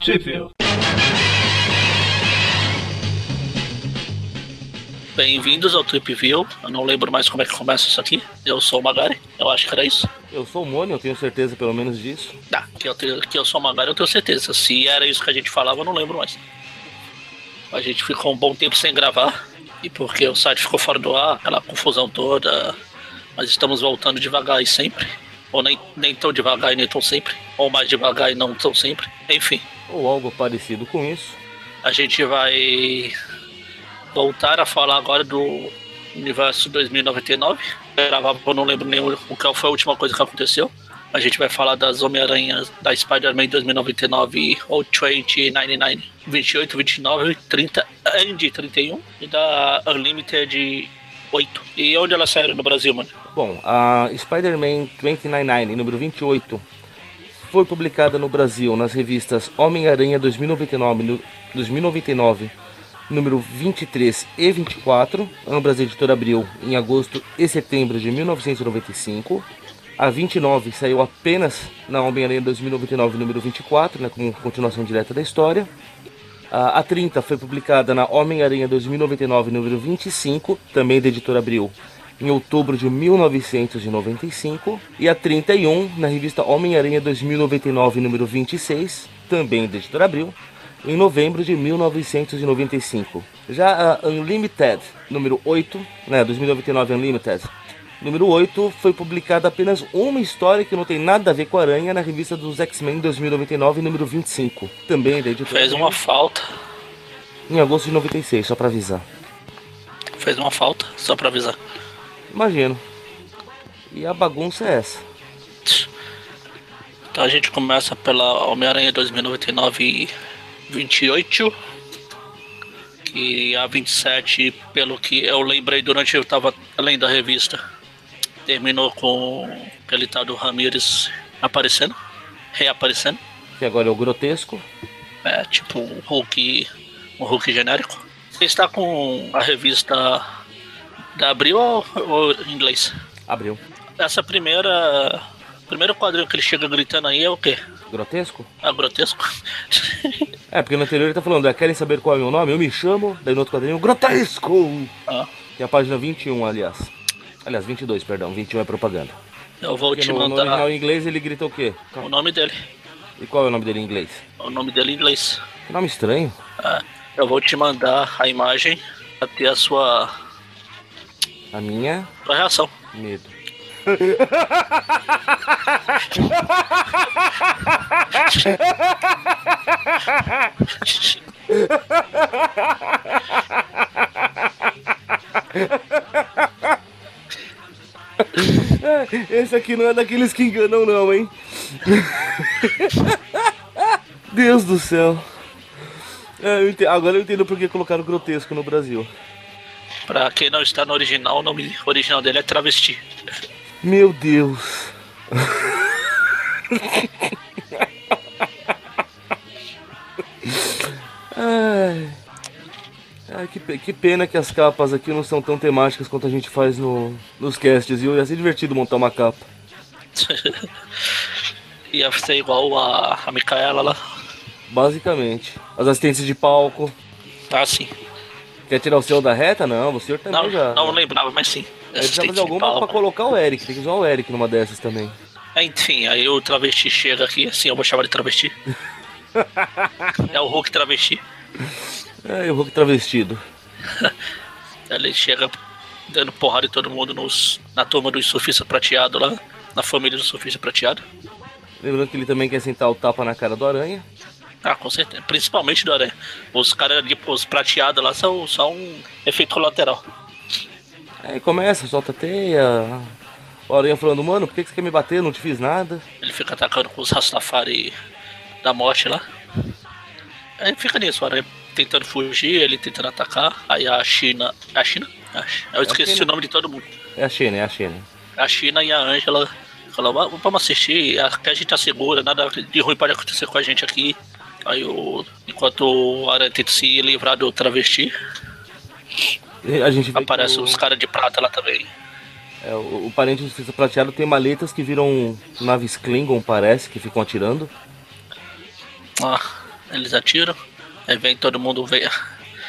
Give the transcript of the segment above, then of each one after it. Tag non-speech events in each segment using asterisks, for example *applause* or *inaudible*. Sheffield. Bem-vindos ao Trip View. Eu não lembro mais como é que começa isso aqui. Eu sou o Magari, eu acho que era isso. Eu sou o Mônio, eu tenho certeza pelo menos disso. Tá, que eu, tenho- que eu sou o Magari, eu tenho certeza. Se era isso que a gente falava, eu não lembro mais. A gente ficou um bom tempo sem gravar. E porque o site ficou fora do ar, aquela confusão toda. Mas estamos voltando devagar e sempre. Ou nem, nem tão devagar e nem tão sempre. Ou mais devagar e não tão sempre. Enfim. Ou algo parecido com isso. A gente vai voltar a falar agora do universo 2099. Gravava, eu não lembro nem o o que foi a última coisa que aconteceu. A gente vai falar das Homem-Aranhas, da Spider-Man 2099, ou 2099, 28, 29, 30 e 31, e da Unlimited 8. E onde elas saíram no Brasil, mano? Bom, a Spider-Man 299, número 28, foi publicada no Brasil nas revistas Homem-Aranha 2099, nu- 2099, número 23 e 24, ambas a editora abriu em agosto e setembro de 1995. A 29 saiu apenas na Homem-Aranha 2099, número 24, né, como continuação direta da história. A a 30 foi publicada na Homem-Aranha 2099, número 25, também da editora Abril, em outubro de 1995. E a 31, na revista Homem-Aranha 2099, número 26, também da editora Abril, em novembro de 1995. Já a Unlimited, número 8, né, 2099 Unlimited, número 8, foi publicada apenas uma história que não tem nada a ver com a Aranha na revista dos X-Men 2099, número 25, também da editora Fez Abril uma falta. em agosto de 96, só pra avisar. Fez uma falta, só pra avisar. Imagino. E a bagunça é essa. Então a gente começa pela Homem-Aranha 2099 e 28. Que a 27, pelo que eu lembrei durante eu tava lendo a revista, terminou com aquele tal do Ramirez aparecendo, reaparecendo. Que agora é o grotesco. É tipo um Hulk, um Hulk genérico. Você está com a revista da Abril ou, ou em inglês? Abriu. Essa primeira. Primeiro quadrinho que ele chega gritando aí é o quê? Grotesco? É grotesco? *laughs* É, porque no anterior ele tá falando, ah, querem saber qual é o meu nome? Eu me chamo, daí no outro quadrinho, Grotesco! Ah, Que é a página 21, aliás. Aliás, 22, perdão, 21 é propaganda. eu vou Porque te no, no original é né? mandar em inglês ele grita o quê? o nome dele. E qual é o nome dele em inglês? O nome dele é em inglês. Que nome estranho. Ah, eu vou te mandar a imagem até a sua, A minha, sua reação. *laughs* medo. Esse aqui não é daqueles que enganam, não, hein? Deus do céu. É, eu ente- Agora eu entendo por que colocaram grotesco no Brasil. Pra quem não está no original, o nome original dele é Travesti. *laughs* Meu Deus. Ai, Ai, que, pe- que pena que as capas aqui não são tão temáticas quanto a gente faz no, nos casts, viu? Ia ser divertido montar uma capa. Ia ser igual a, a Micaela lá. Basicamente. As assistências de palco. Tá sim. Quer tirar o senhor da reta? Não, o senhor também Não, já. não lembrava, mas sim. Eu precisava Assistente fazer alguma Paula. É, pra colocar o Eric. Tem que usar o Eric numa dessas também. Enfim, aí o travesti chega aqui, assim, eu vou chamar de *laughs* travesti. é o Hulk travesti. É, eu vou travestido. Ele chega dando porrada em todo mundo nos, na turma do surfista prateado lá, na família do surfista prateado. Lembrando que ele também quer sentar o tapa na cara do aranha. Ah, com certeza. Principalmente do Aranha. Os caras ali, os prateados lá, são só um efeito colateral. Aí começa, solta a teia. O Aranha falando, mano, por que que você quer me bater? Eu Não te fiz nada. Ele fica atacando com os Rastafari da morte lá. Aí fica nisso, o Aranha tentando fugir, ele tentando atacar. Aí a China. A China? A Chi- Eu esqueci China. o nome de todo mundo. É a Xena, é a Xena. A China e a Ângela falam, "Va- vamos assistir, aqui a gente tá segura, nada de ruim pode acontecer com a gente aqui. Aí o. Enquanto o Aranha tenta se livrar do travesti, E A gente vê que aparecem o, os caras de prata lá também. é, o, o parente do Fista Prateado tem maletas um que viram naves Klingon, parece, que ficam atirando. Ah, eles atiram. Aí vem todo mundo vem.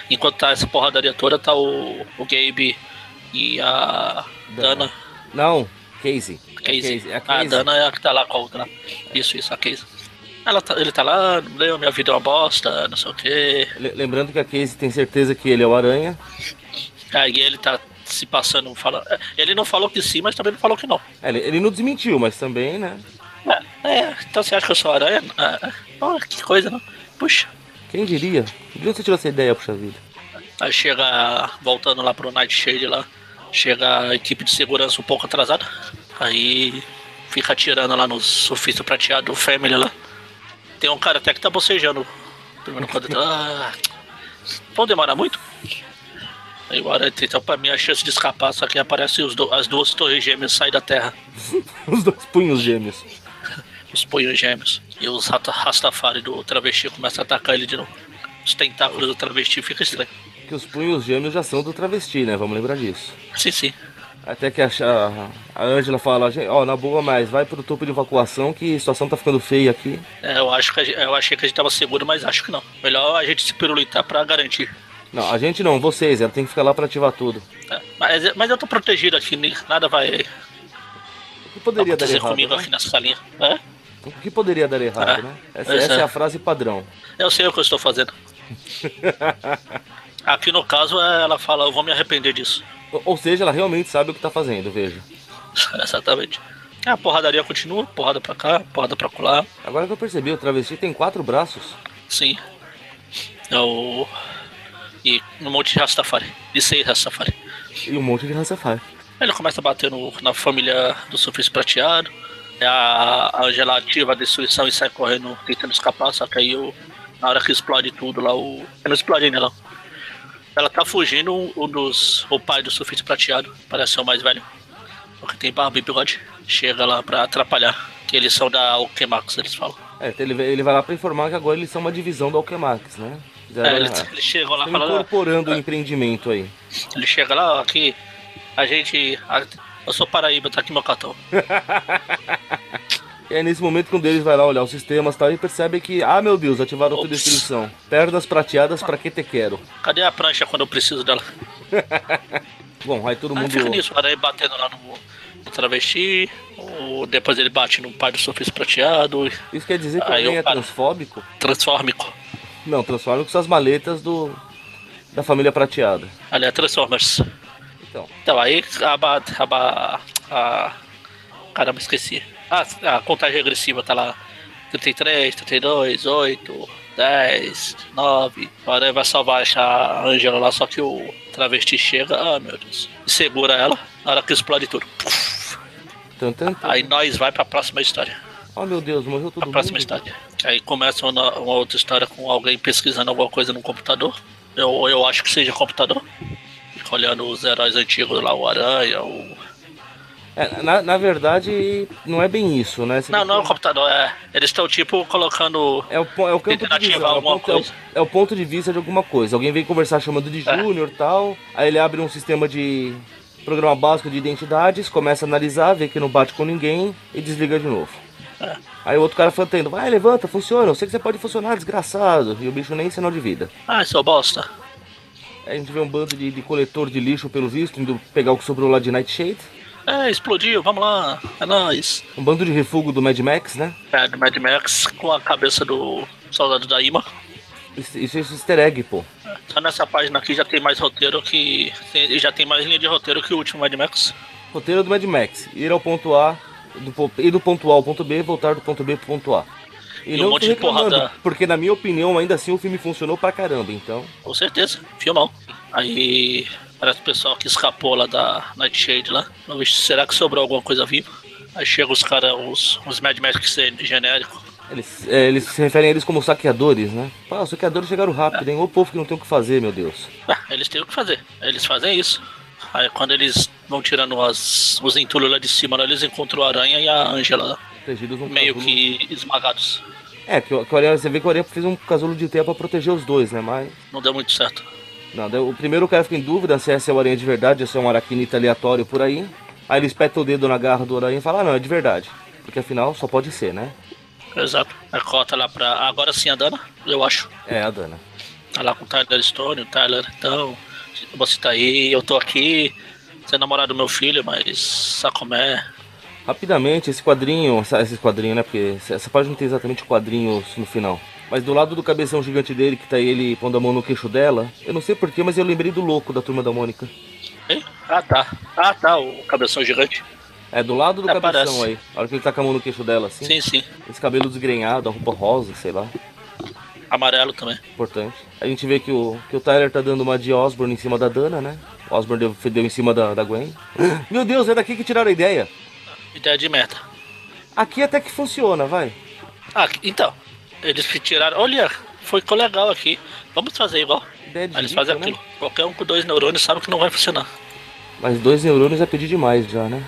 Enquanto tá essa porradaria toda, tá o, o Gabe e a Dana. Não, Casey. Casey. É Casey. É a A Casey. Dana é a que tá lá com a outra. Isso, isso, a Casey. Ela tá- ele tá lá, meu, minha vida é uma bosta, não sei o quê. Le- Lembrando que a Casey tem certeza que ele é o Aranha. Aí ele tá se passando, fala... ele não falou que sim, mas também não falou que não. É, Ele, ele não desmentiu, mas também, né? É, é, então você acha que eu sou aranha? Ah, ah, que coisa, não? Puxa. Quem diria? De onde você tirou essa ideia, puxa vida? *laughs* Aí chega, voltando lá pro Nightshade lá, chega a equipe de segurança um pouco atrasada. Aí fica atirando lá no surfista prateado, do Family lá. Tem um cara até que tá bocejando. Primeiro quando ele tá, ah, Vão demorar muito? Aí o Aranha tenta pra mim a chance de escapar, só que aparecem os do- as duas torres gêmeas saem da terra. Os dois punhos gêmeos. os punhos gêmeos. E os rata- Rastafari do travesti começam a atacar ele de novo. Os tentáculos do travesti fica estranho. Que os punhos gêmeos já são do travesti, né? Vamos lembrar disso. Sim, sim. Até que a, a, a Angela fala, "Gente, ó, na boa, mas vai pro topo de evacuação que a situação tá ficando feia aqui. É, eu, acho que a, gen- eu achei que a gente tava seguro, mas acho que não. Melhor a gente se pirulitar pra garantir. Não, a gente não, vocês, ela tem que ficar lá pra ativar tudo. É, mas, mas eu tô protegido aqui, nem- nada vai O que poderia dar acontecer errado? comigo né? aqui nessa salinha. É? O que poderia dar errado, É, né? Essa, pois essa é é. a frase padrão. Eu sei o que eu estou *laughs* fazendo. Aqui no caso, é, ela fala, eu vou me arrepender disso. *laughs* Ou- Ou seja, ela realmente sabe o que tá fazendo, veja. Exatamente. Ah, A porradaria continua, porrada pra cá, porrada pra colar. Agora que eu percebi, o travesti tem quatro braços. Sim. É o. E um monte de Rastafari. E seis Rastafari. E um monte de Rastafari. Aí Ele começa a bater no- na família do surfista prateado. Aí A a Angela ativa a destruição e sai correndo, tentando escapar, só que aí o- na hora que explode tudo lá, o. Não explode ainda não. Ela tá fugindo, o- o, dos, o pai do surfista prateado, parece ser o mais velho. Porque tem barba e bigode. Chega lá pra atrapalhar. Que eles são da Okemax, eles falam. É, ele, ele vai lá pra informar que agora eles são uma divisão da Alquemax, né? É, eles, eles chegam lá Estão falando. É. incorporando o empreendimento aí. Ele chega lá, ó, aqui, a gente. a- eu sou Paraíba, tá aqui meu cartão. E aí nesse momento que um deles vai lá olhar os sistemas e tal, e percebe que, ah meu Deus, ativaram a Ops. destruição. Pernas prateadas pra que te quero. Cadê a prancha quando eu preciso dela? Bom, aí todo Aí mundo. Ah, fica nisso, aí batendo lá no, no travesti, o- depois ele bate no pai do surfista prateado, Isso quer dizer que Aí eu alguém é paro. transfóbico? transfórmico. Não, transfóbico são as maletas do. da família prateada. Aliás, Transformers. Então. Então, aí a, ba- a, ba- a- Caramba, esqueci. Ah, a contagem regressiva tá lá. 33, 32, 8, 10, 9. Agora ele vai salvar a Angela lá, só que o travesti chega. Ah, meu Deus. Segura ela, na hora que explode tudo. Tan, tan, tan. Aí nós vai pra próxima história. Oh meu Deus, morreu todo A mundo. próxima história. Que Aí começa uma, uma outra história com alguém pesquisando alguma coisa no computador. Eu, eu acho que seja computador. Fica olhando os heróis antigos lá, o Aranha, o. É, na, na verdade, não é bem isso, né? Você Não, tem não é o que- computador, é. Eles estão tipo colocando. É o, po- é o campo de Tentando visão, ativar é o, alguma ponto, é o- coisa. é o ponto de vista de alguma coisa. Alguém vem conversar chamando de É. Júnior e tal, aí ele abre um sistema de programa básico de identidades, começa a analisar, vê que não bate com ninguém e desliga de novo. É. Aí o outro cara fantando, vai, levanta, funciona, eu sei que você pode funcionar, desgraçado. E o bicho nem sinal de vida. Ah, seu bosta. Aí a gente vê um bando de, de coletor de lixo, pelo visto, indo pegar o que sobrou lá de Nightshade. É, explodiu, vamos lá, é nóis. Um bando de refúgio do Mad Max, né? É, do Mad Max com a cabeça do soldado da Ima. Isso, isso é easter egg, pô. Só nessa página aqui já tem mais roteiro que. tem- já tem mais linha de roteiro que o último Mad Max. Roteiro do Mad Max. Ir ao ponto A, do, po- ir do ponto A ao ponto B, voltar do ponto B pro ponto A. E não um monte tô de porrada. reclamando, Porque na minha opinião, ainda assim, o filme funcionou pra caramba, então... Com certeza, filmão. Aí parece o pessoal que escapou lá da Nightshade lá. Não, vixe, Será que sobrou alguma coisa viva? Aí chegam os caras, os, os Mad Max é genérico. Eles, é, eles se referem a eles como saqueadores, né? Pá, os saqueadores chegaram rápido, hein? Ô povo que não tem o que fazer, meu Deus. Ah, eles têm o que fazer, eles fazem isso. Aí quando eles vão tirando as, os entulhos lá de cima, lá, eles encontram a aranha e a Angela, Protegidos num meio casulo- que esmagados. É, que, o- que o Aranha, você vê que o Aranha fez um casulo de teia pra proteger os dois, né? Mas... Não deu muito certo. Não, daí o primeiro cara fica em dúvida se essa é o Aranha de verdade ou se é um araquinita aleatório por aí. Aí ele espeta o dedo na garra do Aranha e fala, ah, não, é de verdade. Porque afinal, só pode ser, né? Exato. Aí corta lá pra. Agora sim a Dana. eu acho. É, a Dana. Tá lá com o Tyler Stone, o Tyler, então, você tá aí, eu tô aqui, você é namorado do meu filho, mas sabe como é. Rapidamente, esse quadrinho, essa- esse quadrinho, né? Porque essa essa página não tem exatamente quadrinhos no final. Mas do lado do cabeção gigante dele, que tá ele pondo a mão no queixo dela, eu não sei porquê, mas eu lembrei do louco da turma da Mônica. Hein? Ah tá, ah tá, o cabeção gigante. É, do lado do É, cabeção parece. aí. A hora que ele tá com a mão no queixo dela, assim. Sim, sim. Esse cabelo desgrenhado, a roupa rosa, sei lá. Amarelo também. Importante. A gente vê que o, que o Tyler tá dando uma de Osborne em cima da Dana, né? Osborne deu, deu em cima da, da Gwen. *gasps* Meu Deus, é daqui que tiraram a ideia. Ideia de meta. Aqui até que funciona, vai. Ah, então. Eles que tiraram. Olha, foi ficou legal aqui. Vamos fazer igual. Ideia de Aí eles rico, fazem né? aquilo. Qualquer um com dois neurônios sabe que não vai funcionar. Mas dois neurônios é pedir demais já, né?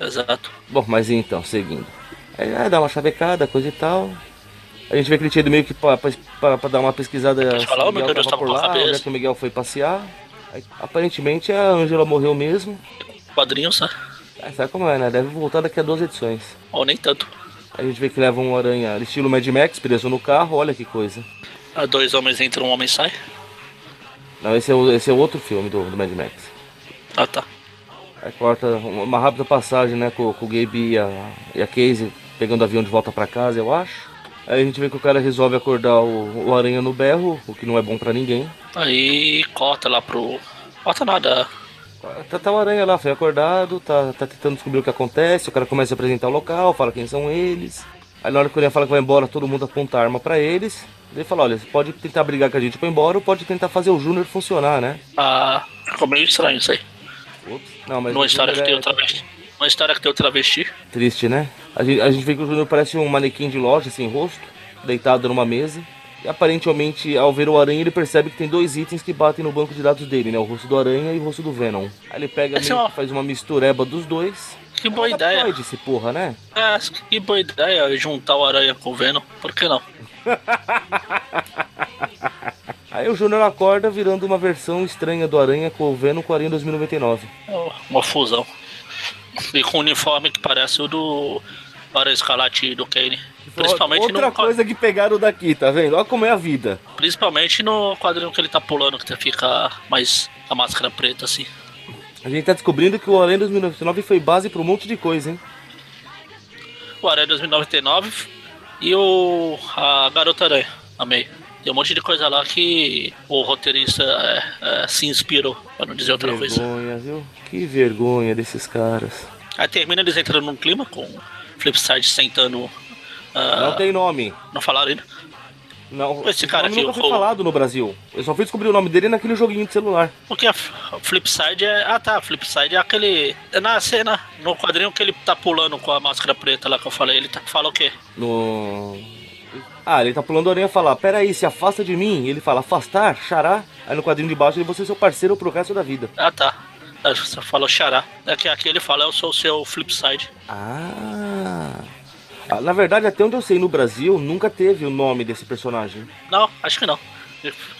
Exato. Bom, mas então, seguindo. Aí ah, dá uma chavecada, coisa e tal. A gente vê que ele tinha ido meio que pra, pra, pra- pra dar uma pesquisada. se falar, o "Ô, meu Miguel Deus, tava eu tava com a cabeça." onde é que o Miguel foi passear. Aí, aparentemente a Angela morreu mesmo. Quadrinhos, né? Ah, sabe como é, né? Deve voltar daqui a duas edições. Ou nem tanto. A gente vê que leva um aranha estilo Mad Max preso no carro, olha que coisa. Ah, Dois homens entram, um homem sai. Não, esse é, o- esse é outro filme do, do Mad Max. Ah, tá. Aí corta uma uma rápida passagem, né, com, com o Gabe e a, e a Casey pegando avião de volta pra casa, eu acho. Aí a gente vê que o cara resolve acordar o, o aranha no berro, o que não é bom pra ninguém. Aí corta lá pro. Corta nada. Tá, tá o aranha lá, foi acordado, tá, tá tentando descobrir o que acontece, o cara começa a apresentar o local, fala quem são eles. Aí na hora que o aranha fala que vai embora, todo mundo aponta a arma pra eles. Ele fala, olha, você pode tentar brigar com a gente pra ir embora ou pode tentar fazer o Júnior funcionar, né? Ah, ficou meio estranho isso aí. Ops. Não, mas Numa o história que Júnior tem é o travesti. Uma história que tem o travesti. Triste, né? A gente, a gente vê que o Júnior parece um manequim de loja sem rosto, deitado numa mesa. E aparentemente, ao ver o aranha, ele percebe que tem dois itens que batem no banco de dados dele, né? O rosto do aranha e o rosto do Venom. Aí ele pega, Esse meio é uma- que faz uma mistureba dos dois. Que boa Tá ideia. Pode esse porra, né? Ah, que boa ideia juntar o aranha com o Venom. Por que não? Aí o Júnior acorda virando uma versão estranha do aranha com o Venom com o aranha 2099. Uma fusão. E com um uniforme que parece o do para Escalate do Kane. Principalmente Outra no, coisa que pegaram daqui, tá vendo? Olha como é a vida. principalmente no quadrinho que ele tá pulando, que fica mais a máscara preta assim. A gente tá descobrindo que o Aranha 2099 foi base pra um monte de coisa, hein? O Aranha 2099 e o a Garota Aranha. Amei. Tem um monte de coisa lá que o roteirista é, é, se inspirou, pra não dizer outra coisa. Vergonha, viu? Que vergonha desses caras. Aí termina eles entrando num clima com o Flipside sentando. ah, Não tem nome. não falaram ainda. Não, Esse cara o aqui, nome nunca o- foi falado no Brasil. Eu só fui descobrir o nome dele naquele joguinho de celular. Porque a f- a Flipside é. Ah tá, a Flipside é aquele. É na cena, no quadrinho que ele tá pulando com a máscara preta lá que eu falei, ele tá, fala o quê? No. Ah, ele tá pulando a orelha e fala, peraí, se afasta de mim. E ele fala, afastar, xará. Aí no quadrinho de baixo ele, você é seu parceiro pro resto da vida. Ah tá. Ah, Você falou xará. É que aqui ele fala, eu sou o seu Flipside. Ah. Ah, Na verdade, até onde eu sei, no Brasil, nunca teve o nome desse personagem. Não, acho que não.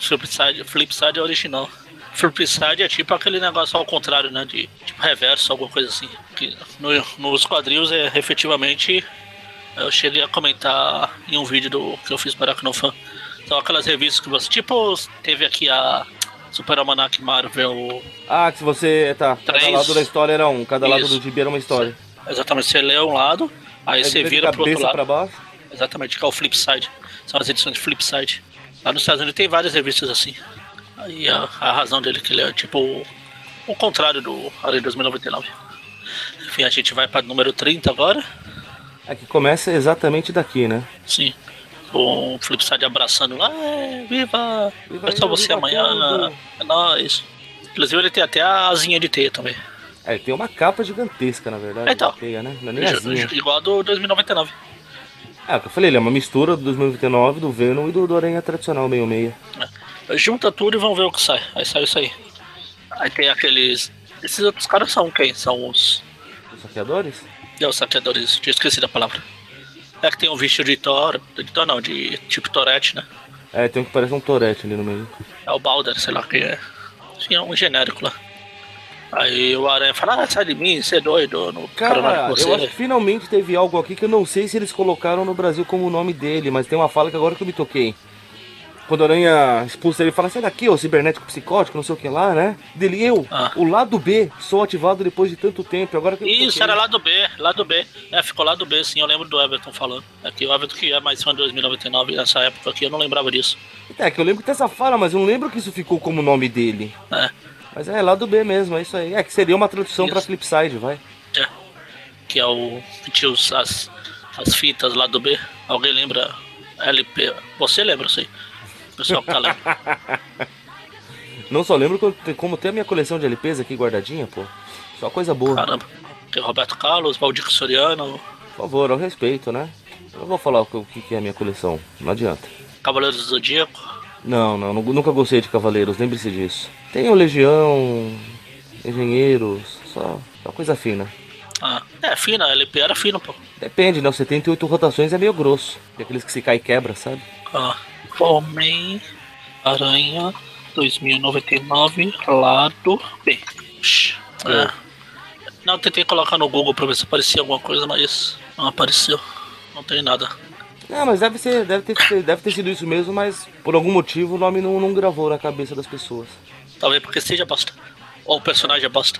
Flipside, Flipside é original. Flipside é tipo aquele negócio ao contrário, né? De tipo reverso, alguma coisa assim. Que no- nos quadrinhos é efetivamente. Eu cheguei a comentar em um vídeo do, que eu fiz para a Knofan. São aquelas revistas que você. Tipo, teve aqui a Super Almanac Marvel. Ah, que se você. Tá, cada Três. lado da história era um, cada lado é Isso. do gibi era uma história. É Exatamente, você lê um lado, aí você de vira pro outro cabeça lado. pra baixo. Exatamente, que é o Flipside. São as edições de Flipside. Lá nos Estados Unidos tem várias revistas assim. Aí a, a razão dele é que ele é tipo o- o contrário do Além 2099. Enfim, a gente vai para número 30 agora. É que começa exatamente daqui, né? Sim. Com o Flipside abraçando lá. "É, viva! Viva É só eu, você viva amanhã. tudo." É nóis. Inclusive ele tem até a asinha de teia também. É, ele tem uma capa gigantesca, na verdade. Então. de teia, né? Não é nem asinha. Igual a do 2099. Ah, que eu falei, ele é uma mistura do 2029, do Venom e do, do Aranha tradicional meio-meia. É. Junta tudo e vão ver o que sai. Aí sai isso aí. Aí tem aqueles. Esses outros caras são quem? São os. Os saqueadores? Não, os saqueadores, tinha esquecido a palavra. É que tem um vestido de Thor, de Thor não, de tipo Torete, né? É, tem um que parece um Torete ali no meio. É o Balder, sei lá quem é. Sim, é um genérico lá. Aí o Aranha fala, ah, sai de mim, você é doido, eu não quero nada Cara, com eu acho que você. é- finalmente teve algo aqui que eu não sei se eles colocaram no Brasil como o nome dele, mas tem uma fala que agora que eu me toquei. Quando a aranha expulsa ele, fala: Sai daqui, ô cibernético psicótico, não sei o que lá, né? Dele, eu, Ah. o lado B, sou ativado depois de tanto tempo. Agora que eu Isso, toquei." era lá do B, lá do B. É, ficou lá do B, sim, eu lembro do Everton falando. Aqui o Everton que é mais fã de 2099, nessa época aqui, eu não lembrava disso. É, que eu lembro que tem essa fala, mas eu não lembro que isso ficou como nome dele. É, Mas é lado B mesmo, é isso aí. É que seria uma tradução Isso. pra Flipside, vai. é. Que é o. que tinha os- as, as fitas lá do B. Alguém lembra? LP. Você lembra, eu sei. O pessoal que tá lembra. Não só lembro como tem- como tem a minha coleção de LPs aqui guardadinha, pô. Só coisa boa. Caramba. Tem Roberto Carlos, Valdir Soriano, Por favor, ao respeito, né? Eu não vou falar o que- o que que é a minha coleção, não adianta. Cavaleiros do Zodíaco. Não, não, nu- nunca gostei de Cavaleiros, lembre-se disso. Tem o Legião, Engenheiros, só, só coisa fina. Ah, é fina, LP era fino, pô. Depende, né? O 78 rotações é meio grosso. Tem aqueles que se cai e quebra, sabe? Ah, Homem Aranha 2099, lado B. Shhh, É. Não, eu tentei colocar no Google pra ver se aparecia alguma coisa, mas não apareceu. Não tem nada. Não, Ah, mas deve, ser, deve, ter, deve ter sido isso mesmo, mas por algum motivo o nome não, não gravou na cabeça das pessoas. Talvez porque seja bosta. Ou o personagem é bosta.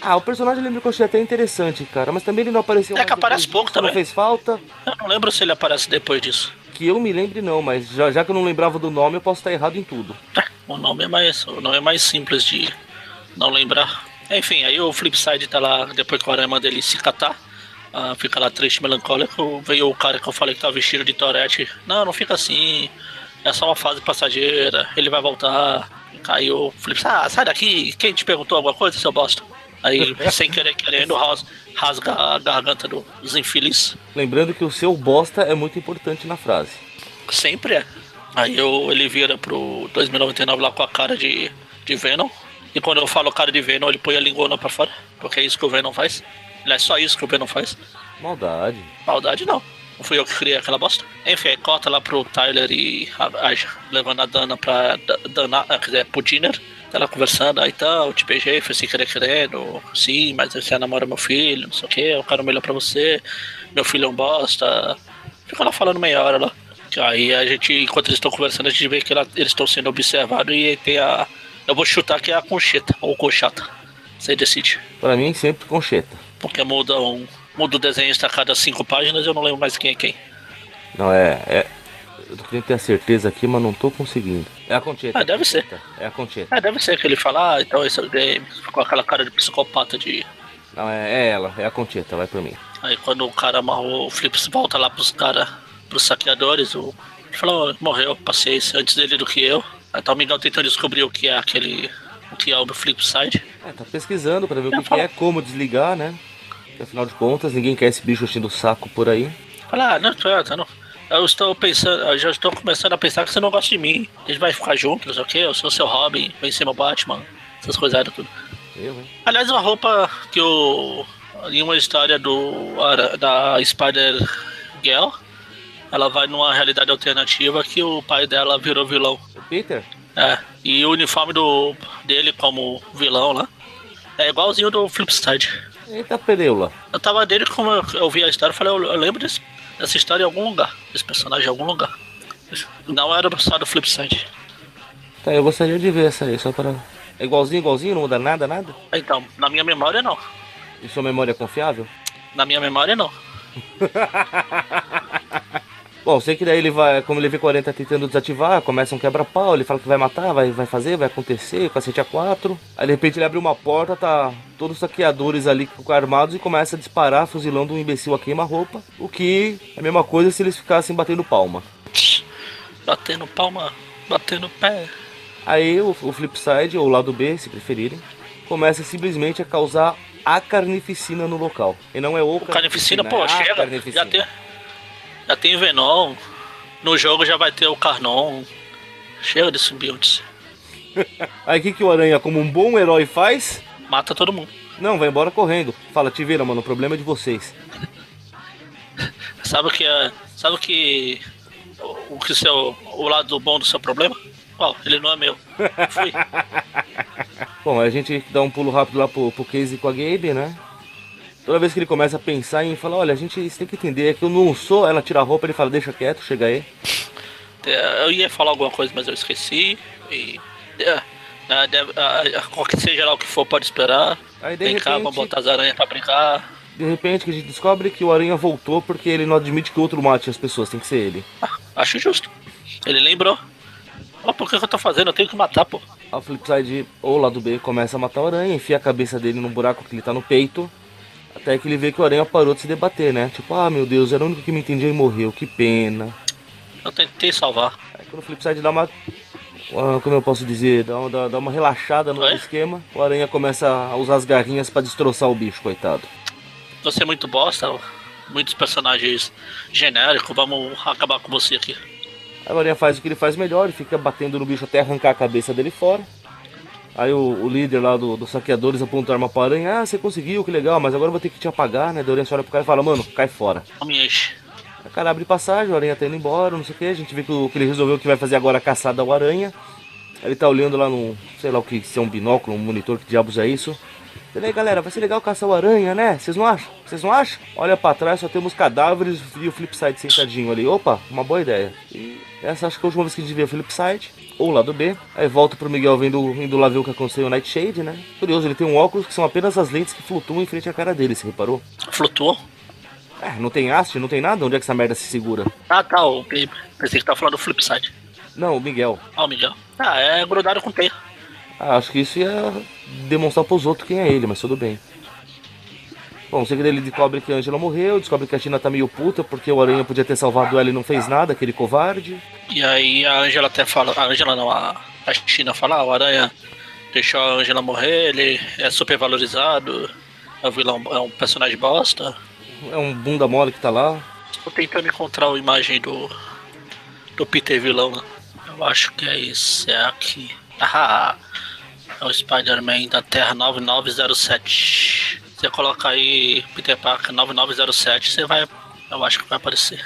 Ah, o personagem eu lembro que eu achei até interessante, cara, mas também ele não apareceu É mais que aparece depois pouco disso, também. Não fez falta, Eu não lembro se ele aparece depois disso. que eu me lembre não, mas já, já que eu não lembrava do nome, eu posso estar errado em tudo. É, O nome é mais, o nome é mais simples de não lembrar. Enfim, aí o Flipside tá lá, depois que o Aranha manda ele se catar, ah, fica lá triste, melancólico. Veio o cara que eu falei que tava vestido de Torete. Não, não fica assim. É só uma fase passageira, ele vai voltar. Aí o Flipside, ah, sai daqui, quem te perguntou alguma coisa, seu bosta? Aí, sem querer, querendo, ras- rasga a garganta do- dos infelizes. Lembrando que o seu bosta é muito importante na frase. Sempre é. Aí eu, ele vira pro 2099 lá com a cara de, de Venom. E quando eu falo cara de Venom, ele põe a lingona pra fora. Porque é isso que o Venom faz. Não é só isso que o Venom faz. Maldade. Maldade não. Não fui eu que criei aquela bosta. Enfim, aí corta lá pro Tyler e a, a- levando a Dana pra da- danar, ah, quer dizer, pro dinner. Tá lá conversando, aí tal, eu te beijei, foi sem querer querendo, sim, mas você namora meu filho, não sei o que, eu quero o melhor pra você, meu filho é um bosta. Fica lá falando meia hora lá. Aí a gente, enquanto eles estão conversando, a gente vê que ela- eles estão sendo observados e tem a. Eu vou chutar que é a concheta, ou conchata. Você decide. Pra mim, sempre concheta. Porque muda, um, muda o desenhista a cada cinco páginas, eu não lembro mais quem é quem. Não, é. é... Eu tô querendo ter a certeza aqui, mas não tô conseguindo. É a concheta. Ah, deve ser. É a concheta. É, deve ser que ele fala, ah, então esse é o game, com aquela cara de psicopata de. Não, é, é ela, é a concheta, vai pra mim. Aí quando o cara amarrou o Flips volta lá pros caras, pros saqueadores, o. Ele falou, "Oh, morreu, paciência, antes dele do que eu. Aí tá o Miguel tentando descobrir o que é aquele. o que é o Flipside. É, tá pesquisando pra ver o que, que é, como desligar, né? Porque, afinal de contas, ninguém quer esse bicho enchendo o saco por aí. Fala, ah, não adianta, não. Eu estou pensando, eu já estou começando a pensar que você não gosta de mim. A gente vai ficar junto, não sei o quê, eu sou seu Robin, vencer meu Batman, essas coisadas tudo. Eu, hein? Aliás, uma roupa que eu. Em uma história do Ara- da Spider Girl, ela vai numa realidade alternativa que o pai dela virou vilão. O Peter? É. E o uniforme do, dele como vilão lá é igualzinho do Flipside. Eita, pereula. Eu tava dele como eu, eu vi a história, eu falei, eu, eu lembro desse, dessa história em algum lugar, desse personagem em algum lugar. Não era só do Flipside. Tá, eu gostaria de ver essa aí, só pra. É igualzinho, igualzinho, não muda nada, nada? Então, na minha memória não. E sua memória é confiável? Na minha memória não. Bom, sei que daí ele vai, como ele vê 40 tentando desativar, começa um quebra-pau, ele fala que vai matar, vai, vai fazer, vai acontecer, cacete a 4. Aí de repente ele abre uma porta, tá todos os saqueadores ali com armados e começa a disparar, fuzilando um imbecil a queima-roupa. O que é a mesma coisa se eles ficassem batendo palma. Batendo palma, batendo pé. Aí o, o Flipside, ou lado B, se preferirem, começa simplesmente a causar a carnificina no local. E não é o O Carnificina, pô, é a chega. carnificina. Já tem, já tem Venom. No jogo já vai ter o Carnon. Chega de builds. Aí o que, que o Aranha, como um bom herói, faz? Mata todo mundo. Não, vai embora correndo. Fala, te vira, mano, o problema é de vocês. Sabe o que é. Sabe o que. O o que seu. O lado bom do seu problema? Ó, ele não é meu. *laughs* Fui. Bom, a gente dá um pulo rápido lá pro, pro Casey com a Gabe, né? Toda vez que ele começa a pensar em falar, olha, a gente você tem que entender que eu não sou, ela tira a roupa, ele fala, deixa quieto, chega aí. Até É, eu ia falar alguma coisa, mas eu esqueci. E. é, né, deve- a- a- qualquer seja lá o que for, pode esperar. Aí, de Vem cá, repente- vamos botar as aranhas pra brincar. De repente que a gente descobre que o Aranha voltou porque ele não admite que o outro mate as pessoas, tem que ser ele. Ah, acho justo. Ele lembrou. Ó, por que, que eu tô fazendo? Eu tenho que matar, pô. A Flipside, ou lado B, começa a matar o Aranha, enfia a cabeça dele no buraco que ele tá no peito. Até que ele vê que o Aranha parou de se debater, né? Tipo, ah meu Deus, era o único que me entendia e morreu, que pena. Eu tentei salvar. Aí quando o Flipside dá uma. ah, como eu posso dizer? Dá, uma- dá- dá uma relaxada no Oi? esquema, o Aranha começa a usar as garrinhas pra destroçar o bicho, coitado. Você é muito bosta, muitos personagens genéricos, vamos acabar com você aqui. Aí o Aranha faz o que ele faz melhor, ele fica batendo no bicho até arrancar a cabeça dele fora. Aí o, o líder lá do- dos saqueadores aponta a arma pra aranha, ah, você conseguiu, que legal, mas agora eu vou ter que te apagar, né? Daí o Aranha só olha pro cara e fala, mano, cai fora. Não me enche. Aí O cara abre passagem, o aranha tá indo embora, não sei o que, a gente vê que, o- que ele resolveu que vai fazer agora a caçada ao aranha. Aí Ele tá olhando lá no, sei lá o que, se é um binóculo, um monitor, que diabos é isso. Ele aí, galera, vai ser legal caçar o aranha, né? Vocês não acham? Vocês não acham? Olha pra trás, só temos cadáveres e o Flipside sentadinho ali. Opa, uma boa ideia. E essa acho que é a última vez que a gente vê o Flipside, ou o lado B. Aí volta pro Miguel vendo, indo lá ver o que aconteceu no Nightshade, né? Curioso, ele tem um óculos que são apenas as lentes que flutuam em frente à cara dele, você reparou? Flutuou? É, não tem haste, não tem nada, onde é que essa merda se segura? Ah, tá, o Gabe. Pensei que tava falando do Flipside. Não, o Miguel. Ah, o Miguel. Ah, é grudado com o T. Ah, acho que isso ia demonstrar pros outros quem é ele, mas tudo bem. Bom, sei que ele descobre que a Angela morreu, descobre que a Tina tá meio puta porque o Aranha podia ter salvado ela e não fez nada, aquele covarde. E aí a Angela até fala. A Angela não, a, a China fala, ah, o Aranha deixou a Angela morrer, ele é super valorizado, é um vilão, é um personagem bosta. É um bunda mole que tá lá. Tô tentando encontrar a imagem do. do Peter vilão, né? Eu acho que é isso, é aqui. Ah, é o Spider-Man da Terra 9907. Você coloca aí Peter Parker 9907, você vai. Eu acho que vai aparecer.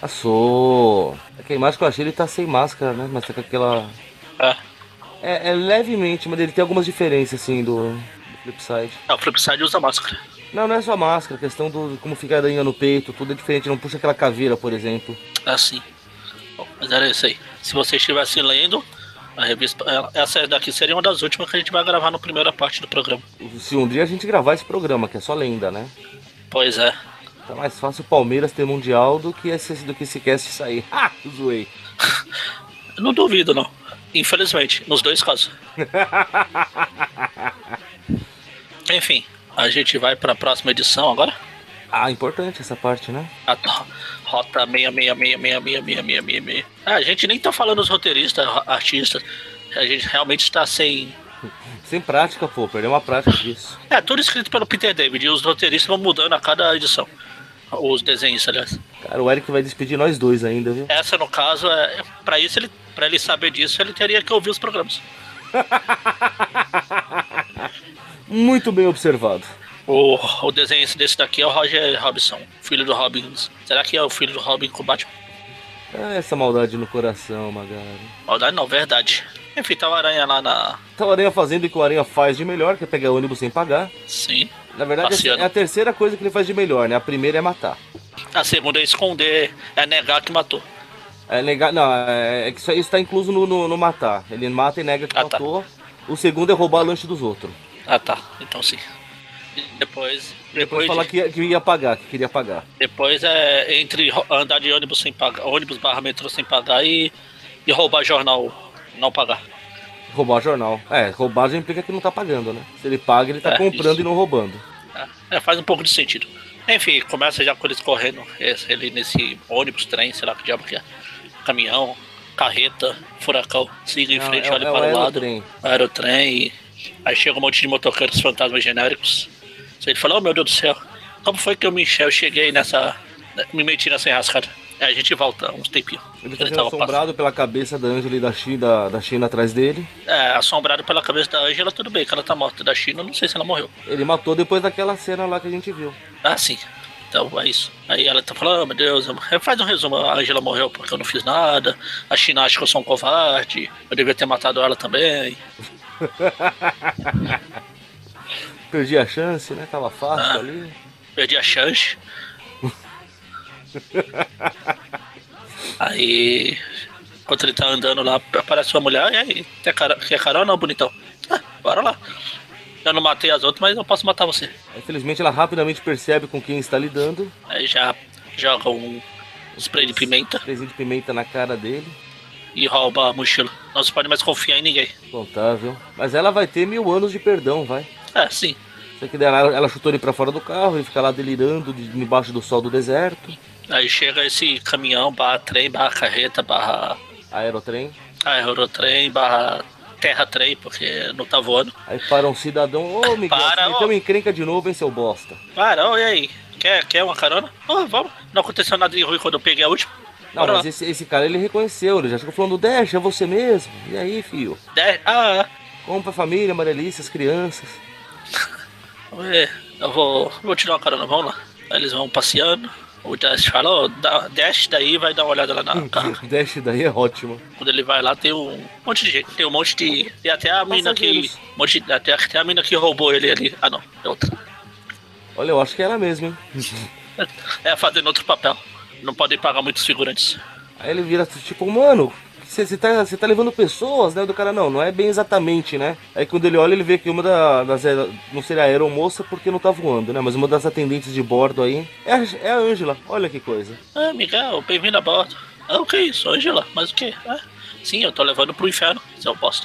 Assou! É que a imagem que eu achei ele tá sem máscara, né? Mas tá com aquela. É. É, é levemente, mas ele tem algumas diferenças assim do, do Flipside. É, o Flipside usa máscara. Não, não é só máscara, a questão do como fica a aranha no peito, tudo é diferente, não puxa aquela caveira, por exemplo. É assim. Bom, mas era isso aí. Se vocês estivessem lendo, a revista. ela- Essa daqui seria uma das últimas que a gente vai gravar na primeira parte do programa. Se um dia a gente gravar esse programa, que é só lenda, né? Pois é. Tá mais fácil o Palmeiras ter Mundial do que esse, do que esse cast sair. *laughs* Ah, zoei. Eu Não duvido, não. Infelizmente, nos dois casos. Enfim, a gente vai para a próxima edição agora. Ah, importante essa parte, né? A to- rota 6666666. É, a gente nem tá falando os roteiristas, ro- artistas. A gente realmente está sem. Sem prática, pô, perdeu uma prática disso. É, tudo escrito pelo Peter David. E os roteiristas vão mudando a cada edição. Os desenhos, aliás. Cara, o Eric vai despedir nós dois ainda, viu? Essa, no caso, é para isso ele, para ele saber disso, ele teria que ouvir os programas. Muito bem observado. O, o desenhista desse daqui é o Roger Robinson, filho do Robin. Será que é o filho do Robin com o Batman? Ah, essa maldade no coração, Magari. Maldade não, verdade. Enfim, tá o Aranha lá na. Tá o Aranha fazendo o que o Aranha faz de melhor, que é pegar ônibus sem pagar. Sim. Na verdade, essa Passeando. é a terceira coisa que ele faz de melhor, né? A primeira é matar. A segunda é esconder, é negar que matou. É negar. Não, é é que isso, isso tá incluso no, no- no matar. Ele mata e nega que Ah, tá. matou. O segundo é roubar lanche dos outros. Ah tá, então sim. E depois. Depois, Depois falar que, que ia pagar, que queria pagar. depois é entre ro- andar de ônibus sem pagar, ônibus barra metrô sem pagar e, e roubar jornal, não pagar. Roubar jornal. É, roubar já implica que não tá pagando, né? Se ele paga, ele tá É, comprando isso. e não roubando. É, faz um pouco de sentido. Enfim, começa já com eles correndo, esse- ele nesse ônibus, trem, sei lá que diabo que é. Caminhão, carreta, furacão, siga em Não, frente, é- olha é o para o lado. aerotrem. Aerotrem. e Aí chega um monte de motoqueiros fantasmas genéricos. Aí ele fala, oh meu Deus do céu, como foi que eu me enche? Eu cheguei nessa. Me meti nessa enrascada. Aí É, a gente volta uns tempinho. Ele tá sendo assombrado pela cabeça da Angela e da China, da, da China atrás dele. É, assombrado pela cabeça da Angela, tudo bem, que ela tá morta. Da China, eu não sei se ela morreu. Ele matou depois daquela cena lá que a gente viu. Ah, sim. Então é isso. Aí ela tá falando, "Ah, meu Deus, eu- faz um resumo. A Angela morreu porque eu não fiz nada. A China acha que eu sou um covarde. Eu devia ter matado ela também. Perdi a chance, né? Tava fácil Ah. ali. Perdi a chance. Aí Enquanto ele tá andando lá, aparece uma mulher, e aí, quer Carol, quer Carol não, bonitão? Ah, bora lá. Eu não matei as outras, mas eu posso matar você. Infelizmente ela rapidamente percebe com quem está lidando. Aí já joga um spray de pimenta Presente de pimenta na cara dele. e rouba a mochila. Não se pode mais confiar em ninguém. Contável. tá, Mas ela vai ter mil anos de perdão, vai. É, sim. Só que daí ela, ela chutou ele pra fora do carro, ele fica lá delirando de- debaixo do sol do deserto. Aí chega esse caminhão, barra trem, barra carreta, barra Aerotrem. aerotrem, barra terra trem, porque não tá voando. Aí para um cidadão, ô Miguel, Para, você ô. meteu encrenca de novo, hein, seu bosta. Para, ó, e aí? Quer, quer uma carona? Ó, vamos. Não aconteceu nada de ruim quando eu peguei a última. Não, Bora mas lá. esse, esse cara ele reconheceu, ele já ficou falando, Dash, é você mesmo. E aí, filho? Dez- Ah, Compra a família, Marelice, as crianças. é, eu vou, vou tirar uma carona, vamos lá. Aí eles vão passeando. O Dash fala, ó, dá- desce daí e vai dar uma olhada lá Uhum. na *laughs* carro. Dash daí é ótimo. Quando ele vai lá, tem um monte de gente. Tem um monte de. Tem até a mina que. Passageiros. um monte de- até, até a mina que roubou ele ali. Ah, não, é outra. Olha, eu acho que era mesmo, hein? É fazendo outro papel. Não podem pagar muitos figurantes. Aí ele vira tipo, mano, você tá, cê tá levando pessoas, né? Do cara, não, não é bem exatamente, né? Aí quando ele olha, ele vê que uma da- das. aero- Não seria a aeromoça porque não tá voando, né? Mas uma das atendentes de bordo aí é a, é a Angela. Olha que coisa. Ah, Miguel, bem-vindo a bordo. Ah, o que é isso? Angela, mas o que? Ah, sim, eu tô levando pro inferno, seu bosta.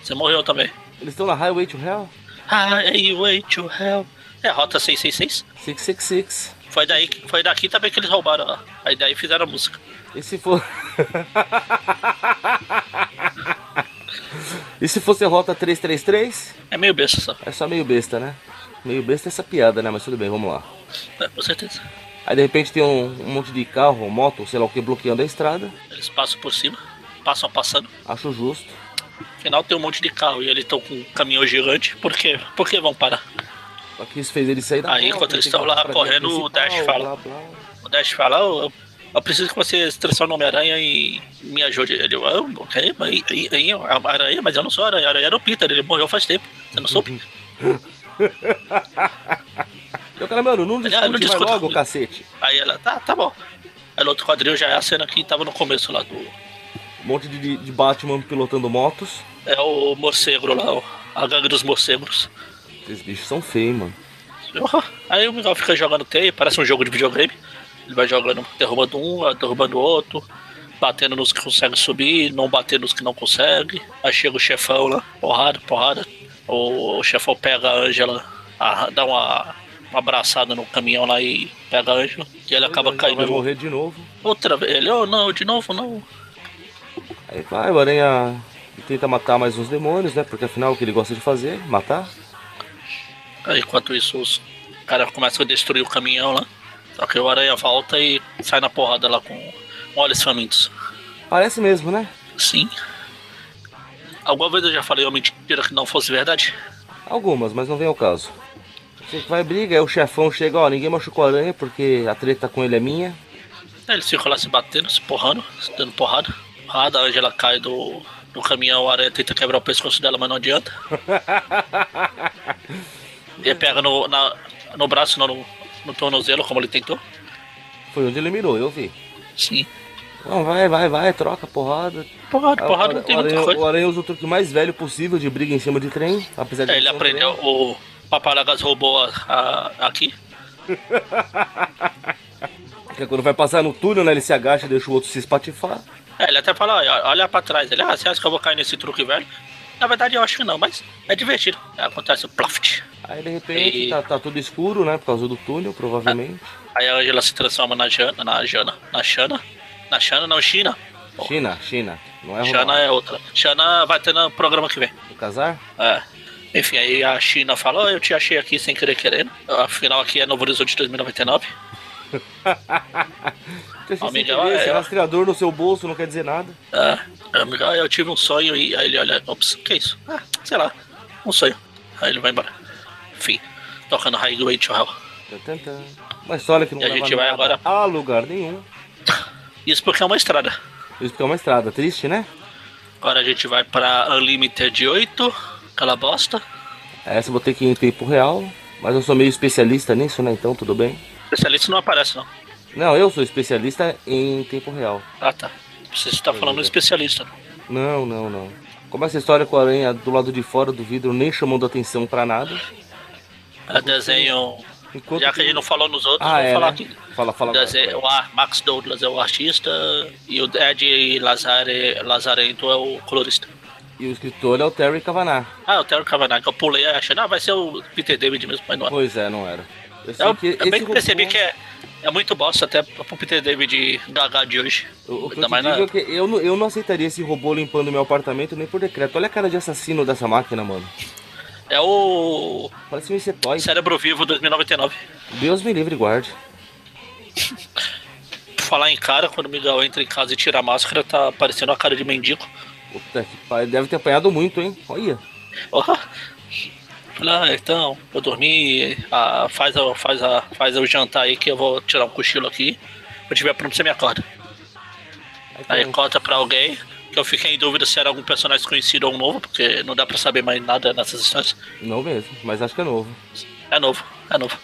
Você morreu também. Eles estão na Highway to Hell Highway to Hell. É a Rota 666. 666. Foi, daí, que- foi daqui também que eles roubaram. ó. Aí daí fizeram a música. E se for. *laughs* e se fosse a rota 333? É meio besta, sabe? É só meio besta, né? Meio besta essa piada, né? Mas tudo bem, vamos lá. É, com certeza. Aí de repente tem um, um monte de carro, moto, sei lá o que, bloqueando a estrada. Eles passam por cima, passam passando. Acho justo. Afinal tem um monte de carro e eles estão com um caminhão gigante. Por quê? Por que vão parar? Só que isso fez ele sair da Aí, rota, enquanto eles tem que estão lá voltar pra correndo, via o Dash principal, fala. blá, blá. O Dash fala, "Eu- eu, eu preciso que você se transforme no Homem-Aranha e me ajude. Ele, ah, ok, mas, e- e- a- aranha, mas eu não sou aranha, aranha era o Peter, ele morreu faz tempo. Você não soube? E o cara, mano, não discute, Ah, não vai discuta. logo, cacete. Aí ela, tá, tá bom. Aí no outro quadril já é a cena que tava no começo lá do. Um monte de, de Batman pilotando motos. É o morcego lá, o- a gangue dos morcegos. Esses bichos são feios, mano. Eu, "Ah." Aí o Miguel fica jogando teia, parece um jogo de videogame. Ele vai jogando, derrubando um, derrubando o outro, batendo nos que consegue subir, não batendo nos que não consegue. Aí chega o chefão lá, porrada, porrada. O chefão pega a Ângela, a- dá uma, uma abraçada no caminhão lá e pega a Ângela. E ele acaba Ele Vai caindo morrer de novo. outra vez. Ele, oh não, de novo não. Aí vai, o Aranha tenta matar mais uns demônios, né? Porque afinal o que ele gosta de fazer, matar. Aí, enquanto isso, os caras começam a destruir o caminhão lá. Só que o Aranha volta e sai na porrada lá com olhos famintos. Parece mesmo, né? Sim. Alguma vez eu já falei uma mentira que não fosse verdade? Algumas, mas não vem ao caso. Você que vai briga, aí o chefão chega, ó, ninguém machucou o aranha porque a treta com ele é minha. Aí Eles ficam lá É, se batendo, se porrando, se dando porrada. Porrada, a Angela cai do, do caminhão, a aranha tenta quebrar o pescoço dela, mas não *laughs* adianta. ele pega no, na- no braço, não no, no tornozelo, como ele tentou. Foi onde ele mirou, eu vi. Sim. Não, vai, vai, vai, troca porrada. Porrada, porrada, não tem É, o, muita aranha, o coisa. aranha usa o truque mais velho possível de briga em cima de trem, apesar de É, não ele ser um aprendeu, trem. o Papalagas roubou a- a- aqui. Porque é quando vai passar no túnel, né, ele se agacha e deixa o outro se espatifar. É, ele até fala, olha, olha pra trás. Ele, ah, você acha que eu vou cair nesse truque velho? Na verdade, eu acho que não, mas é divertido. Aí acontece o ploft. Aí de repente E- tá, tá tudo escuro, né, por causa do túnel, provavelmente. Aí a Angela se transforma na Jana, na Jana, na Xana. Na Xana, não, China. Pô, China, China, não é Xana Romano. é outra. Xana vai ter no programa que vem. Do casar? É. Enfim, aí a China fala, "Ó, eu te achei aqui sem querer querendo. Afinal, aqui é Novo Horizonte 2099. Deixa esse Amiga, interesse, olha aí, ó. é rastreador no seu bolso não quer dizer nada. É. Aí, amiga, "Ah, eu tive um sonho e aí ele olha, ops, que isso? Ah, sei lá, um sonho. Aí ele vai embora. Enfim, tocando Highway to Hell. Tantantã. Uma história que não E a leva gente vai nada agora- a lugar nenhum. Isso porque é uma estrada. Isso porque é uma estrada, triste, né? Agora a gente vai pra Unlimited 8, aquela bosta. Essa eu vou ter que ir em tempo real, mas eu sou meio especialista nisso, né? Então tudo bem. Especialista não aparece, não. Não, eu sou especialista em tempo real. Ah, tá. Você está falando é. um especialista. Não, não, não. Como essa história com a aranha do lado de fora do vidro nem chamando atenção pra nada. É desenho. Enquanto Já que a gente não falou nos outros, Ah, vou é, falar né? aqui. Fala, fala. agora. Dese- o Ar- Max Douglas é o artista e o Ed Lazare, Lazarento é o colorista. E o escritor é o Terry Kavanagh. Ah, o Terry Kavanagh, que eu pulei achando, ah, vai ser o Peter David mesmo, mas não é. Pois é, não era. Eu sei Eu, que eu esse bem que percebi robô- que é, é muito bosta até pro Peter David da H de hoje. O, o que eu Ainda te mais na- digo é que eu, não- eu não aceitaria esse robô limpando meu apartamento nem por decreto. Olha a cara de assassino dessa máquina, mano. É o Parece um insetóide. Cérebro Vivo 2099. Deus me livre e guarde. Por Falar em cara, quando o Miguel entra em casa e tira a máscara, tá parecendo a cara de mendigo. Puta que pariu, deve ter apanhado muito, hein? Olha. Oh. Ah, então, eu dormi, ah, faz, a, faz, a, faz o jantar aí que eu vou tirar um cochilo aqui. Quando tiver pronto, você me acorda. Aí pronto. corta pra alguém, que eu fiquei em dúvida se era algum personagem conhecido ou um novo, porque não dá pra saber mais nada nessas histórias. Não mesmo, mas acho que é novo. É novo, é novo.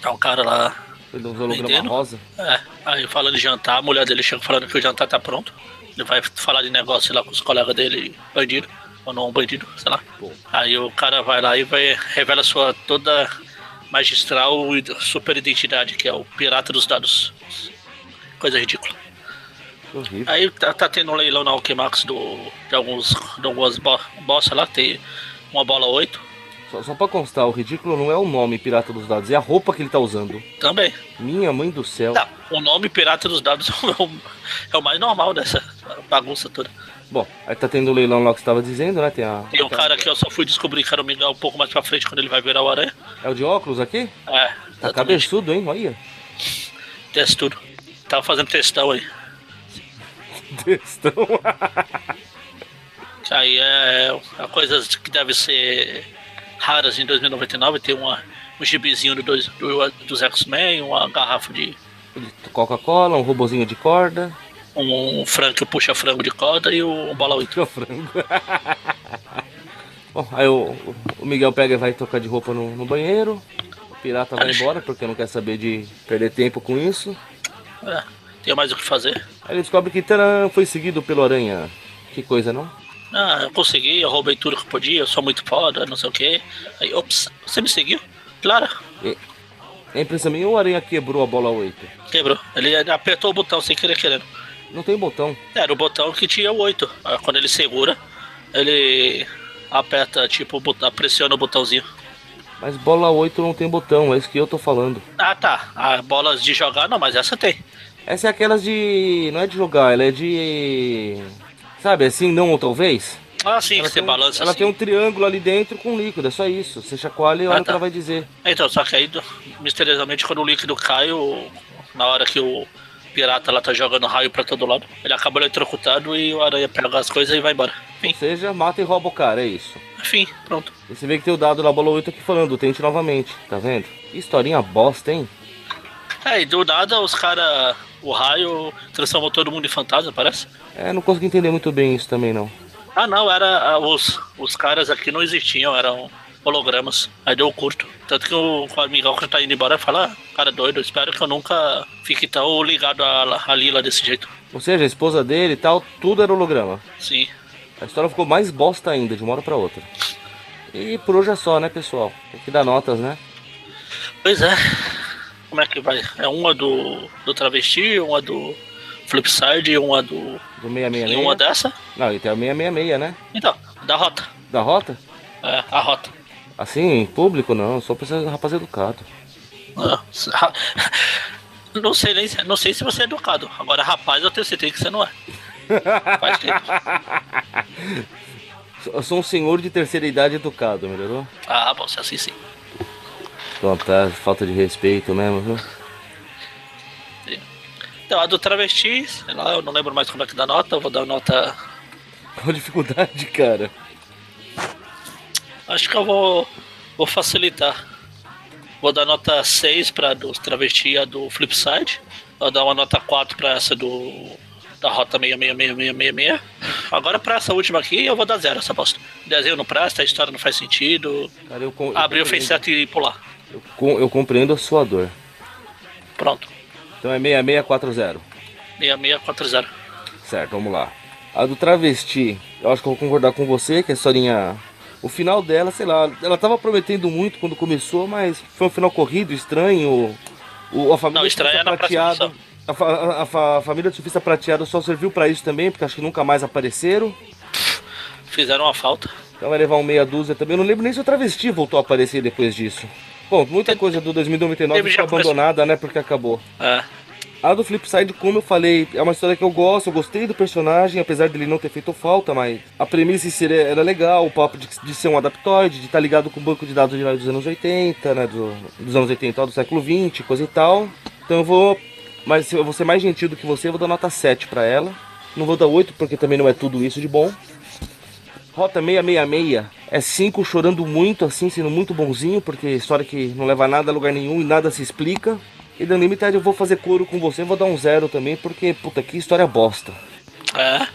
Tá um cara lá. Foi do holograma Entendo. rosa. É, aí falando de jantar, a mulher dele chega falando que o jantar tá pronto. Ele vai falar de negócio lá com os colegas dele, bandido, ou não bandido, sei lá. Pô. Aí o cara vai lá e vai, revela sua toda magistral e super identidade, que é o pirata dos dados. Coisa ridícula. Que horrível. Aí tá, tá tendo um leilão na Alquimax do, de, alguns, de algumas bo, bosta lá, tem uma bola 8 Só, só pra constar, o ridículo não é o nome Pirata dos Dados, é a roupa que ele tá usando. também. Minha mãe do céu. Não, o nome Pirata dos Dados *laughs* é o, é o mais normal dessa bagunça toda. Bom, aí tá tendo o leilão lá que você tava dizendo, né? Tem a. Tem um cara que eu só fui descobrir que era o Miguel um pouco mais pra frente quando ele vai virar o aranha. É o de óculos aqui? É, Tá exatamente. cabeçudo, hein? Olha. *laughs* Testa tudo. Tava fazendo testão aí. Textão. Aí é, é coisas que devem ser raras em 2099. Tem uma, um gibizinho do dois, do, dos X-Men, uma garrafa de. *laughs* Coca-Cola, um robozinho de corda. Um, um frango puxa frango de corda e um, um bola 8. Que é o frango. Bom, aí o, o Miguel pega e vai trocar de roupa no, no banheiro. O pirata vai embora porque não quer saber de perder tempo com isso. É, tem mais o que fazer. Aí ele descobre que tcharam, foi seguido pelo aranha. Que coisa, não? Ah, eu consegui, eu roubei tudo que eu podia, eu sou muito foda, não sei o que. Aí, ops, você me seguiu? Claro, E, a impressão minha, o aranha quebrou a bola 8. quebrou. Ele apertou o botão sem querer querendo. Não tem botão. É, Era o botão que tinha o 8. Ah, Quando ele segura, ele aperta, tipo, o botão- pressiona o botãozinho. Mas bola 8 não tem botão, é isso que eu tô falando. Ah, tá. As bolas de jogar, não, mas essa tem. Essa é aquelas de. não é de jogar, ela é de. Sabe, assim, não ou talvez? Ah, sim, que você tem um- balança ela assim. tem um triângulo ali dentro com líquido, é só isso. Você chacoalha e olha Ah, o que tá. ela vai dizer. Então, só que aí, do- misteriosamente, quando o líquido cai, o- na hora que o pirata lá tá jogando raio pra todo lado, ele acaba eletrocutado e o aranha pega as coisas e vai embora. Ou Enfim, seja, mata e rouba o cara, é isso. enfim, pronto. E você vê que tem o dado da bola 8 aqui falando, tente novamente, tá vendo? Que historinha bosta, hein? É, e do nada os caras. O raio transformou todo mundo em fantasma, parece? É, não consegui entender muito bem isso também, não. Ah não, era. ah, Os, os caras aqui não existiam, eram hologramas. Aí deu curto. Tanto que o, o amigão que tá indo embora fala, "Ah, cara doido, espero que eu nunca fique tão ligado a, a Lila desse jeito. Ou seja, a esposa dele e tal, tudo era holograma. Sim. A história ficou mais bosta ainda, de uma hora pra outra. E por hoje é só, né, pessoal? Tem que dar notas, né? Pois é. Como é que vai? É uma do, do travesti, uma do Flipside, uma do. Do E uma 666. dessa? Não, e tem a 666, né? Então, da rota. Da rota? É, a rota. Assim, em público não, só pra ser um rapaz educado. Ah, ra- *laughs* Não sei, nem, se- não sei se você é educado. Agora, rapaz, eu tenho certeza que você não é. Faz tempo. Eu sou um senhor de terceira idade educado, melhorou? Ah, bom, se assim sim. Então tá, falta de respeito mesmo, viu? *laughs* Então, a do travesti, sei lá, eu não lembro mais como é que dá nota, eu vou dar nota. Qual a dificuldade, cara? Acho que eu vou, vou facilitar. Vou dar nota 6 pra do travesti e a do Flipside. Vou dar uma nota 4 pra essa do. da rota 666666. Agora pra essa última aqui eu vou dar zero essa bosta. O desenho não presta, a história não faz sentido. Cara, eu, com, eu Abriu, compreendo- fez certo e pular. Eu, com- eu compreendo a sua dor. Pronto. Então é 6640. 6640. Certo, vamos lá. A do Travesti, eu acho que eu vou concordar com você, que a historinha. O final dela, sei lá, ela tava prometendo muito quando começou, mas foi um final corrido, estranho. O, a família Não, estranha surfista na próxima prateada- a, fa- a- a fa- a família do surfista prateado só serviu pra isso também, porque acho que nunca mais apareceram. Fizeram uma falta. Então vai levar um meia dúzia também. Eu não lembro nem se o travesti voltou a aparecer depois disso. Bom, muita coisa do 2099 Teve já foi começou. abandonada, né? Porque acabou. É. A do Flipside, como eu falei, é uma história que eu gosto, eu gostei do personagem, apesar dele não ter feito falta, mas a premissa em si era legal, o papo de, de ser um adaptoide, de estar ligado com o banco de dados de lá dos anos 80, né, do- dos anos 80 ao do século 20, coisa e tal. Então eu vou, mas eu vou ser mais gentil do que você, eu vou dar nota 7 pra ela. Não vou dar 8 porque também não é tudo isso de bom. Rota 666 é 5 chorando muito, assim, sendo muito bonzinho, porque história que não leva a nada a lugar nenhum e nada se explica. E da Unlimited eu vou fazer couro com você, vou dar um zero também, porque, puta, que história bosta. É.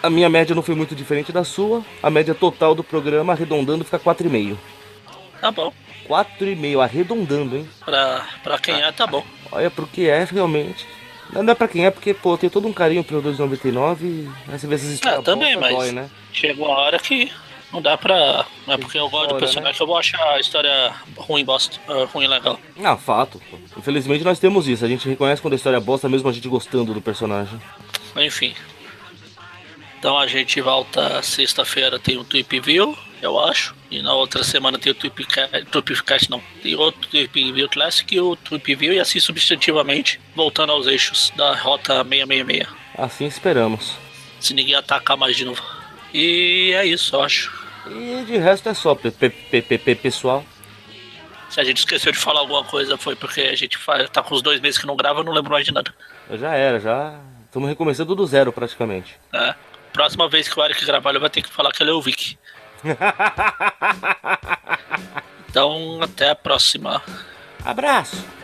A minha média não foi muito diferente da sua, a média total do programa, arredondando, fica 4,5. Tá bom. 4,5, arredondando, hein? Pra, pra quem é, tá bom. Olha pro que é realmente. Não é pra quem é, porque, pô, eu tenho todo um carinho pelo 299, aí você vê essas histórias Ah, também, é bosta, mas- dói, né? Chegou a hora que não dá pra. Não é porque eu gosto do Fora, né? personagem que eu vou achar a história ruim, bosta. ah, ruim, legal. Ah, fato. pô. Infelizmente nós temos isso. A gente reconhece quando a história é bosta, mesmo a gente gostando do personagem. Enfim. Então a gente volta sexta-feira, tem o Tweep View, eu acho. E na outra semana tem o Tweepcast, não. Tem outro Tweep View Classic e o Tweep View, e assim substantivamente, voltando aos eixos da Rota 666. Assim esperamos. Se ninguém atacar mais de novo. E é isso, eu acho. E de resto é só, pe- pe- pe- pe- pe- pessoal. Se a gente esqueceu de falar alguma coisa, foi porque a gente fa- tá com os dois meses que não grava, eu não lembro mais de nada. Eu Já era, já. Estamos recomeçando do zero praticamente. É. Próxima vez que o Eric gravar, ele vai ter que falar que ele é o Vic. Então, até a próxima. Abraço!